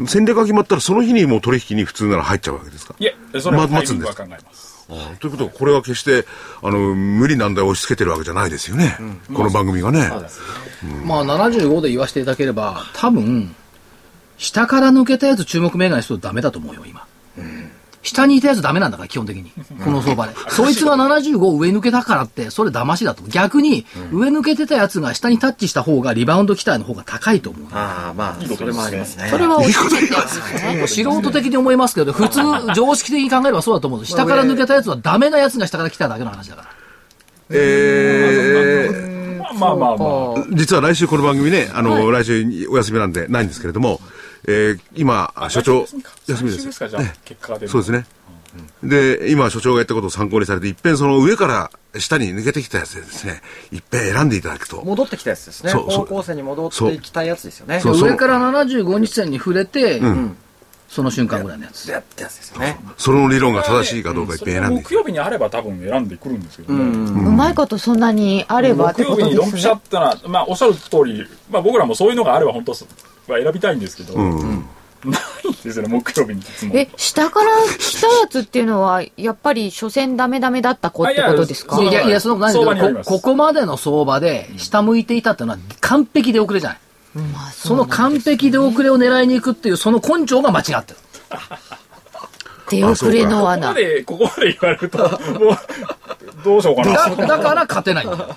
戦略が決まったらその日にもう取引に普通なら入っちゃうわけですかいえ、それはまタイ待つミんンでグすはか考えます。ああということはこれは決してあの無理難題を押し付けてるわけじゃないですよね、この番組がね、 まあ75で言わせていただければ、多分、下から抜けたやつ注目銘柄にするとダメだと思うよ、今。下にいたやつダメなんだから、基本的に。この相場で。そいつが75を上抜けたからって、それ騙しだと。逆に、上抜けてたやつが下にタッチした方が、リバウンド期待の方が高いと思う。ああ、まあ、それもありますね。それは落ち着いてますね。素人的に思いますけど、普通、常識的に考えればそうだと思う。下から抜けたやつはダメなやつが下から来ただけの話だから。えーまあまあまあまあ。実は来週この番組ね、あの、来週お休みなんでないんですけれども、えー今、所長、休休みみでですすよ。かじゃあ、結果が出るそうですね。で、今、所長が言ったことを参考にされて、いっぺんその上から下に抜けてきたやつでですね、いっぺん選んでいただくと。戻ってきたやつですね。そうそう方向性に戻ってきたやつですよね。そう上から75日線に触れて、その瞬間ぐらいのやつ。やってやつですよね。その理論が正しいかどうかいっそぺれんが選んでい木く。曜日にあれば多分選んでくるんですけどね。うまいことそんなにあればっ木てこ曜日とにでドンすピシャねっ。てのは、まあおっしゃる通り、まあ僕らもそういうのがあれば本当は選びたいんですけど、ないんですよね、木曜日にいつも。え、下から来たやつっていうのは、やっぱり、所詮ダメダメだった子ってことですかあいやいや、いやはいその何相場になりこますここまでの相場で下向いていたってのは完璧で遅れじゃない。まあそそのの完璧で遅れを狙いに行くっていう、その根性が間違ってる。出遅れのここま罠。で、ここまで言われると、もう、どうしようかだな。だから勝てないんだよ。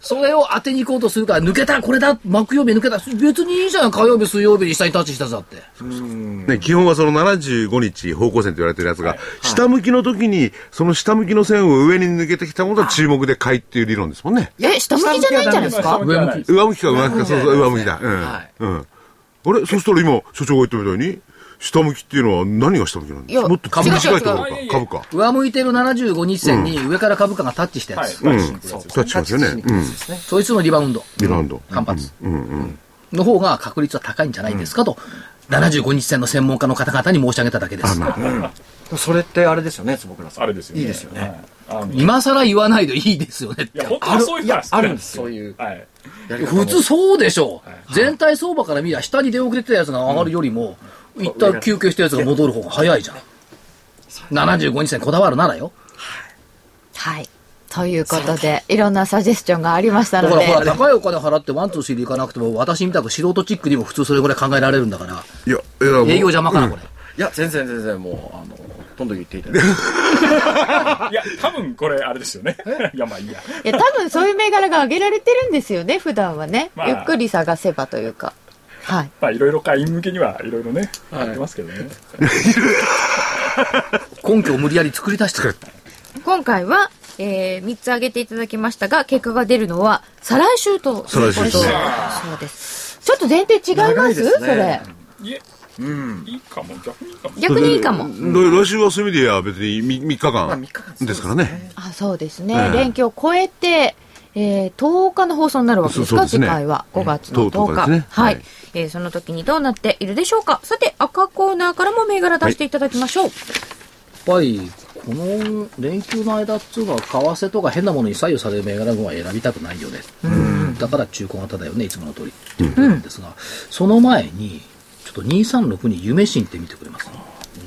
それを当てに行こうとするから、抜けた、これだ、木曜日抜けた、別にいいじゃん、火曜日、水曜日に下にタッチしたやつだって。ね、基本はその75日方向線と言われてるやつが、下向きの時に、その下向きの線を上に抜けてきたものは注目で買いっていう理論ですもんね。え、下向きじゃないんじゃないですか上向き。上向きか上向きか、そうそう、上向きだ。うん。はいうん。あれそしたら今、所長が言ったみたいに、下向きっていうのは何が下向きなんいですやかもっと株価短いところか違う違う、株価。上向いてる75日線に上から株価がタッチしたやはいつ。。うん。はいタッチしますよね。うん。そいつのリバウンド、リバウンド。反発。の方が確率は高いんじゃないですかと、75日線の専門家の方々に申し上げただけです。でもそれってあれですよね、坪倉さん。あれですよね。いいですよね。はい。あのい今更言わないでいいですよねってや、。本当はそういういのやは、あるんですよ。そういう。はい。やり方も普通そうでしょう。全体相場から見りゃ下に出遅れてたやつが上がるよりも、一旦休憩したやつが戻る方が早いじゃん。75日線こだわるならよ。はい。ということで、いろんなサジェスチョンがありましただのからでほ、ら、高いお金払ってワン、ツー、スリーで行かなくても、私みたく素人チックにも普通それぐらい考えられるんだから、いや、えら営業邪魔かな、これ。いや、全然全然、もう、あの、どんどん言っていただいて。いや、多分これ、あれですよね。 いや、まあいいや。いや、多分そういう銘柄が上げられてるんですよね、普段はね。 まあゆっくり探せばというか。はい。まあいろいろ会員向けにはいろいろね、やってますけどね。根拠を無理やり作り出してくれ。今回は、えー、3つ挙げていただきましたが、結果が出るのは、再来週ということ。再来週ですねそうです。ちょっと前提違いま長いすですそねれ。いえ、いいかも、逆にいいかも。逆にいいかも。来週はそういう意味では別にみ3日まあ三日間そうです間ねですからね。あ、そうですね。ええ連休を超えて、えー、10日の放送になるわけですかそうそうですね次回は5月のとど10う日か、ですねはい、はいえーその時にどうなっているでしょうかさて赤コーナーからも銘柄出していただきましょう、やっぱりこの連休の間っつうのは為替とか変なものに左右される銘柄群は選びたくないよね、だから中古型だよねいつもの通りっていうことなんですが、その前にちょっと236に夢心って見てくれますか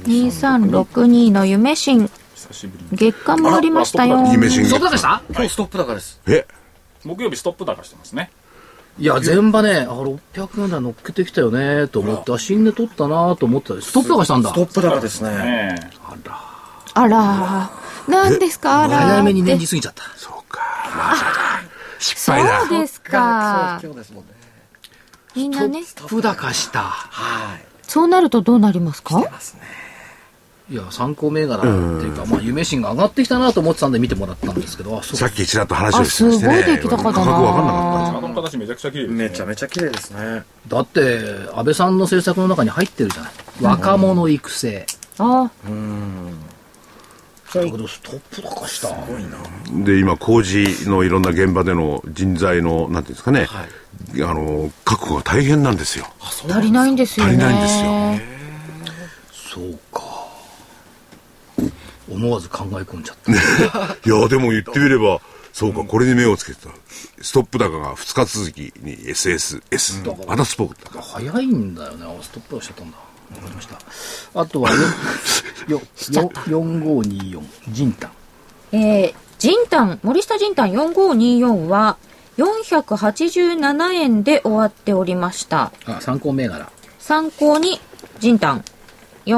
2362の夢新久しぶりに。月間戻りましたよあら夢新そう月。でした今日ストップ高です。え木曜日ストップ高してますね。いや全場ねあ600円台乗っけてきたよねと思ってあ新値取ったなと思ってたらストップとかしたんだストップ高ですね。ねえ。あら、何ですかあら。早めに年次過ぎちゃった失敗だ。そうですか今日ですもんね。みんなねストップ高したはい。そうなるとどうなりますかますね。いや参考銘柄っていうか、まあ夢心が上がってきたなと思ってたんで見てもらったんですけどあそうさっきちらっと話をしてましてね。あすごい出来高だな価格わかんなかったんあの形めちゃくちゃ綺麗ですめねちゃめちゃ綺麗ですね。だって安倍さんの政策の中に入ってるじゃない若者育成、あだけどストップとかしたで今工事のいろんな現場での人材のなんていうんですかね、あの確保が大変なんですよ足りないんですよ足ねりないんですよ、そうか思わず考え込んじゃっいやでも言ってみればそうか、これに目をつけてたストップ高が2日続きに SSS、またスポーツ 高た早いんだよねあストップをしちゃったんだわかりました。あとは よ、よ、よ、4524、ジンタン。えー、ジンタン、森下ジンタン4524は、487円で終わっておりました。あ、参考銘柄。参考に、ジンタン、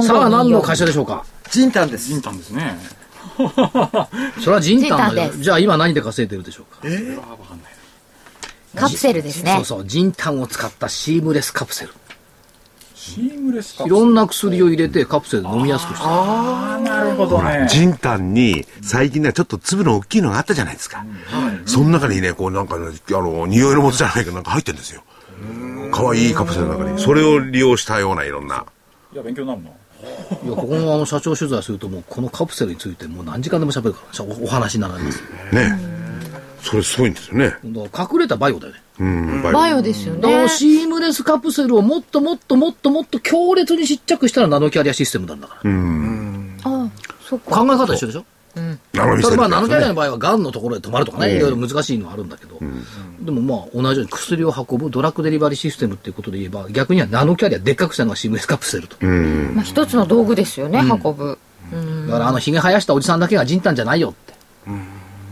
さあ、何の会4524。社でしょうかジンタンです。ジンタンですね。それはジンタンジンだタンよで。すじゃあ、今何で稼いでるでしょうかカプセルですそねう。そう、ジンタンを使ったシームレスカプセル。シームレスカいろんな薬を入れてカプセルで飲みやすくした。ああ、なるほどね。ジンタンに最近ね、ちょっと粒の大きいのがあったじゃないですか。その中にね、こうなんかね、あの、匂いのもとじゃないけどなんか入ってるんですよ。可愛いカプセルの中に。それを利用したようないろんな。いや、勉強になるいな。や、ここのあの社長取材すると、もうこのカプセルについてもう何時間でも喋るから、おお話にならないです。ね。それすごいんですよね。だから隠れたバイオだよね。うん、バイオバイオですよだかねら。シームレスカプセルをもっともっともっともっと強烈にちっちゃくしたらナノキャリアシステムなんだから。あそっ考か。え方一緒でしょナノミス例えテルばってナやノつキャリアねの場合はがんのところで止まるとかね、ええいろいろ難しいのはあるんだけど、でもまあ同じように薬を運ぶドラッグデリバリーシステムっていうことで言えば、逆にはナノキャリアでっかくしたのがシームレスカプセルと。うん。まあ、一つの道具ですよね、運ぶ。うん。だからあのひげ生やしたおじさんだけがジンタンじゃないよって。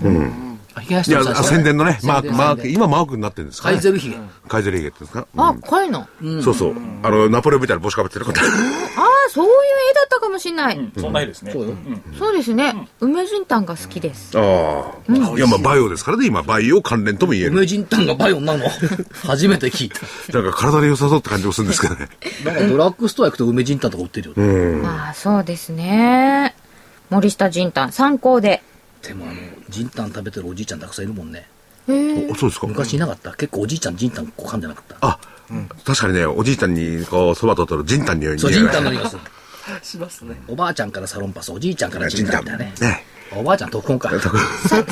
うん。ひげ生やしいたや、おじさんあ知らない宣伝のね、マーク、マーク、宣伝今マークになってるんですかカねイゼルヒゲ。カイゼルヒゲって言うんですかあ、こういうの。あうんそうそう。あの、ナポレオンみたいな帽子かぶってる方。あ、そういう絵だったかもしれない。うん、そんな絵ですね。そうよんそうですね。梅じんたんが好きです。ああ。いや、まあ、バイオですからね、今、バイオ関連とも言える。梅ジンタンがバイオな の初めて聞いた。なんか体に良さそうって感じもするんですけどね。なんかドラッグストア行くと梅ジンタンとか売ってるよね。まあ、そうですね。森下じんたん、参考で。でもあの、ジンタン食べてるおじいちゃんたくさんいるもんね。おそうですか。昔いなかった結構おじいちゃんジンタンこう噛んでなかった。あ、確かにね、おじいちゃんに、こう、そばとったら、ジンタンに匂いそう、匂ジいンがタンのね。匂いがする。しますね。おばあちゃんからサロンパス、おじいちゃんからジンタンだね。ね。おばあちゃん特訓か。ささい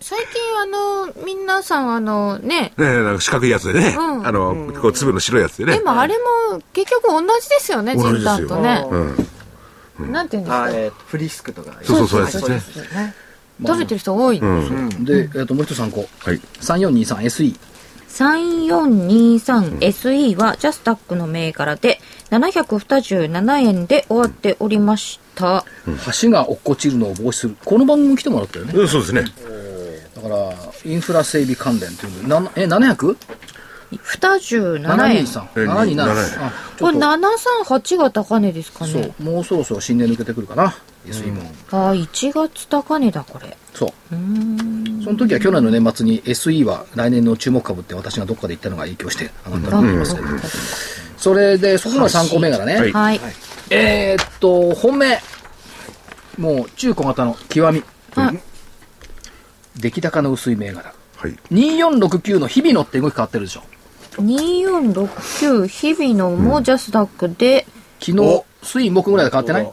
最近、あの、皆さん、あの、ね、ねなんか四角いやつでね。うんあの、こう、粒の白いやつでねで。もあれも結局同じですよね、じ同んじでたすんよとね。うん。なんていうんですあか。えーとフリスクとか。そうそう、そうですね。ですよね。食べてる人多い。うん。で、えっと、もう一つ参考。はい。 3423SE。 3423SE はジャスタックの銘柄で、727円で終わっておりました。橋が落っこちるのを防止する。この番組来てもらったよね。うん、そうですね。だから、インフラ整備関連というのでなえ、700? 27円。 723。え727。 727あちこょれっと、 738が高値ですかそね。う、もうそろそろ新年抜けてくるかな。SE も。ああ、1月高値だ、これ。そう。その時は去年の年末に SE は来年の注目株って私がどっかで言ったのが影響して上がったと思いますけど、それで、そこが参考銘柄ね。はいはい。えーっと、本命。もう中古型の極み。はい出来高の薄い銘柄。はい。 2469の日々のって動き変わってるでしょ。 2469日々のもジャスダックで昨日、水木ぐらいで変わってない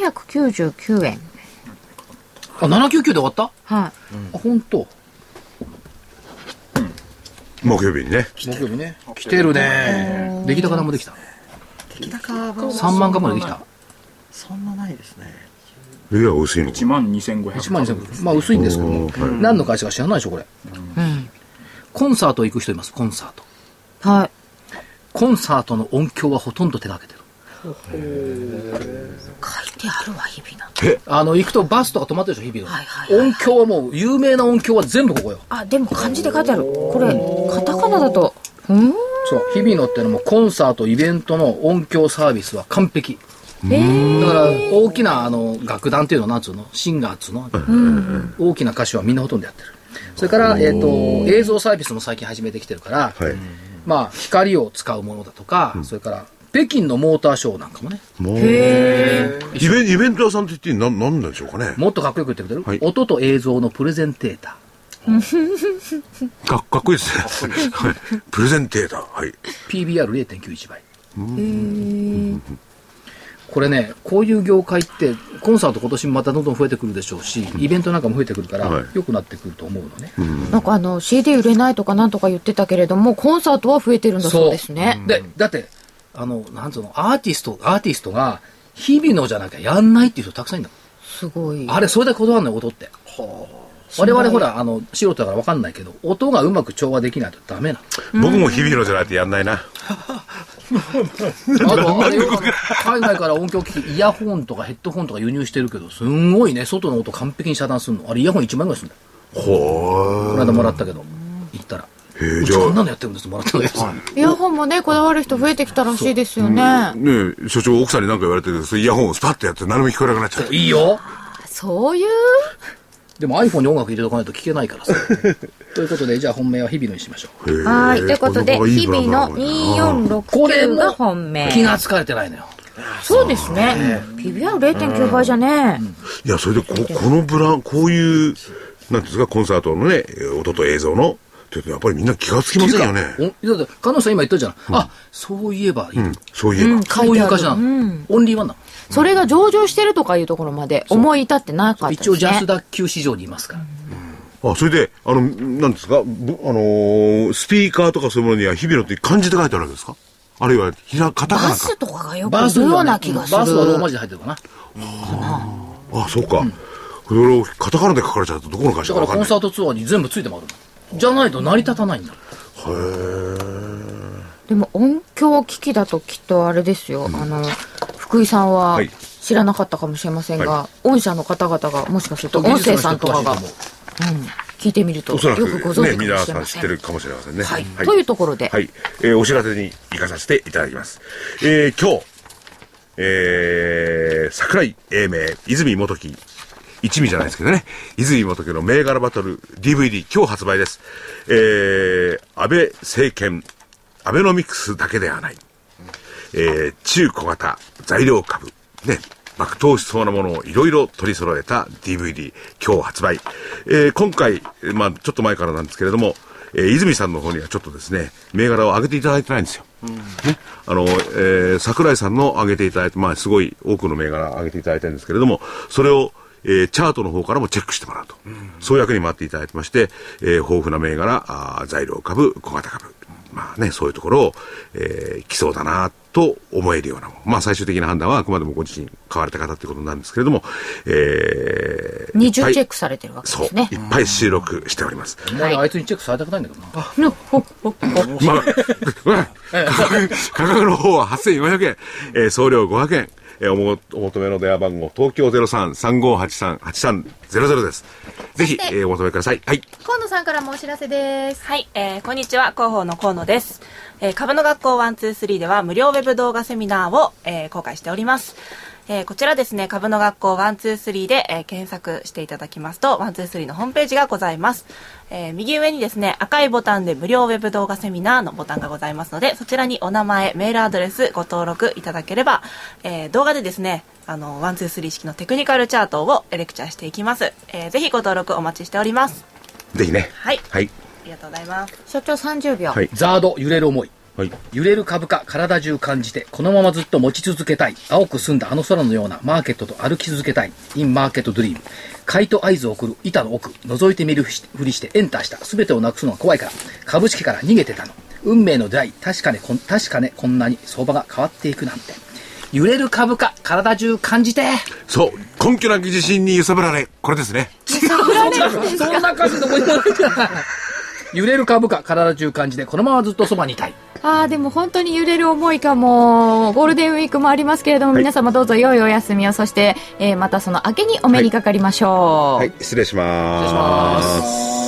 799円。あ、799で終わった、あ、はい。本当。木曜日にね。木曜日ね。来てるね。出来高もできた。出来高は3万株までできた。そんなないですね。いや、美味しいのか1。万2500。 1万2000まあ薄いんですけども、おーはい何の会社か知らないでしょ、これ。コンサート行く人います、コンサート。はい。コンサートの音響はほとんど手がけてる。書いてあるわ、日々の。あの、行くとバスとか止まってるでしょ、日々の。はいはいはい音響はもう、有名な音響は全部ここよ。あ、でも漢字で書いてある。これ、カタカナだと。うんそう、日々のってのもコンサート、イベントの音響サービスは完璧。だから、大きな、あの、楽団っていうのは、なんつうのシンガーっつうの、大きな歌手はみんなほとんどやってる。それから、えっ、と、映像サービスも最近始めてきてるから、はい。まあ、光を使うものだとか、それから、北京のモーターショーなんかもね、もう。イベンイベント屋さんって言っていいの、なん、なんでしょうかね。もっとかっこよく言ってくれる、はい音と映像のプレゼンテーター。かかっこいいですね。はい。プレゼンテーター。はい。 PBR0.91 倍。これね、こういう業界って、コンサート今年もまたどんどん増えてくるでしょうし、イベントなんかも増えてくるから、はい良くなってくると思うのね。なんかあの、CD 売れないとかなんとか言ってたけれども、コンサートは増えてるんだそうですね。で、だって、あの、なんつうの、アーティスト、アーティストが、日々のじゃなきゃやんないっていう人たくさんいるんだもんすごい。あれ、それだけ断んない、音って。我々ほら、あの、素人だから分かんないけど、音がうまく調和できないとダメな僕も日々のじゃないとやんないな。の。あと、あれよ海外から音響機器、イヤホンとかヘッドホンとか輸入してるけど、すんごいね、外の音完璧に遮断するの。あれ、イヤホン1万円ぐらいするんだよ。ほこの間もらったけど、行ったら。ー。へえ、うじちゃこんなあ、のやってるんです、もらったのやつ。イヤホンもね、こだわる人増えてきたらしいですよね。ねえ所長、奥さんに何か言われてるけど、それイヤホンをスパッとやって何も聞こえなくなっちゃう。いいよ。そういうでも iPhone に音楽入れとかないと聞けないから さ。ということで、じゃあ本命は日々のにしましょう。へえはい。ということで、なかなかいい日ブランド々のだなこれ2469もが本命。気がつかれてないのよ。そうですね。PBR0.9 倍じゃねいや、それでこ、このブラン、こういう、なんていうんですか、コンサートのね、音と映像の、っていうとやっぱりみんな気がつきませんよね。おだって、加納さん今言ったじゃん。あ、そういえば、うん、そういえば。そういう歌詞なの、オンリーワンなそれが上場してるとかいうところまで思い至ってなかったの。です一ね。応ジャスダック級市場にいますから。あ、それで、あの、なんですか、ぶあのースピーカーとかそういうものには、日々のって漢字で書いてあるわけですかあるいは、ひら、カタカナバかス。とかがよくバーいスるによはうねな気がする。バースはローマ字で入ってるかな。あ、そうか。これをカタカナで書かれちゃうと、どこの会だか社からわかんコなンい。サートツアーに全部ついてもあるの。じゃないと成り立たないんだ。でも音響機器だときっとあれですよ、あの福井さんははい知らなかったかもしれませんが、は御社の方々がもしかすると音声さんとかが、うん、聞いてみるとおそよらくご存く、知ね、かも皆しれさんま知せっん。てるかもしれませんね。はいというところではい。えーお知らせに行かさせていただきます。えー今日、えー桜井英明、泉元樹、一味じゃないですけどね、泉元樹の銘柄バトル DVD、今日発売です。えー安倍政権、アベノミクスだけではない。えー中小型材料株、ね、爆投しそうなものをいろいろ取り揃えた DVD、今日発売。えー今回、まあちょっと前からなんですけれども、えー泉さんの方にはちょっとですね、銘柄を上げていただいてないんですよ。ね、あの、えー桜井さんの上げていただいて、まあすごい多くの銘柄上げていただいてるんですけれども、それを、えーチャートの方からもチェックしてもらうと。そういう役に回っていただいてまして、えー豊富な銘柄、あー材料株、小型株。まあね、そういうところを、えー来そうだなと思えるようなもの。まあ最終的な判断はあくまでもご自身買われた方ってことなんですけれども、えー二重いっぱいチェックされてるわけそでうすね。いっぱい収録しております。お前あいつにチェックされたくないんだけどな。まあ、 うん価格価格の方は8400円、えー送料500円、えーおもお求めの電話番号、東京03-3583-8300です。ぜひ、えーお求めください。はい。河野さんからもお知らせです。はい、えーこんにちは、広報の河野です。えー株の学校123では無料ウェブ動画セミナーを、えー公開しております。えーこちらですね、株の学校123で、えー検索していただきますと、123のホームページがございます。えー右上にですね、赤いボタンで無料ウェブ動画セミナーのボタンがございますので、そちらにお名前、メールアドレスご登録いただければ、えー動画でですね、あの、123式のテクニカルチャートをレクチャーしていきます。えーぜひご登録お待ちしております。ぜひね。はいはい。ありがとうございます。所長30秒。はいザード、揺れる思い。はい。揺れる株価、体中感じて、このままずっと持ち続けたい。青く澄んだあの空のようなマーケットと歩き続けたい。インマーケットドリーム。買いと合図を送る板の奥。覗いてみるふしふりしてエンターした。すべてをなくすのは怖いから。株式から逃げてたの。運命の出会い。確かね、こん確かね、こんなに相場が変わっていくなんて。揺れる株価、体中感じて。そう。根拠なき自信に揺さぶられ。これですね。 そんな感じどこにもないじゃない。揺れる株価、体中感じて、このままずっとそばにいたい。ああ、でも本当に揺れる思いかも。ゴールデンウィークもありますけれども、皆様どうぞ良いお休みを、そして、えーまたその明けにお目にかかりましょう。はい。失礼します。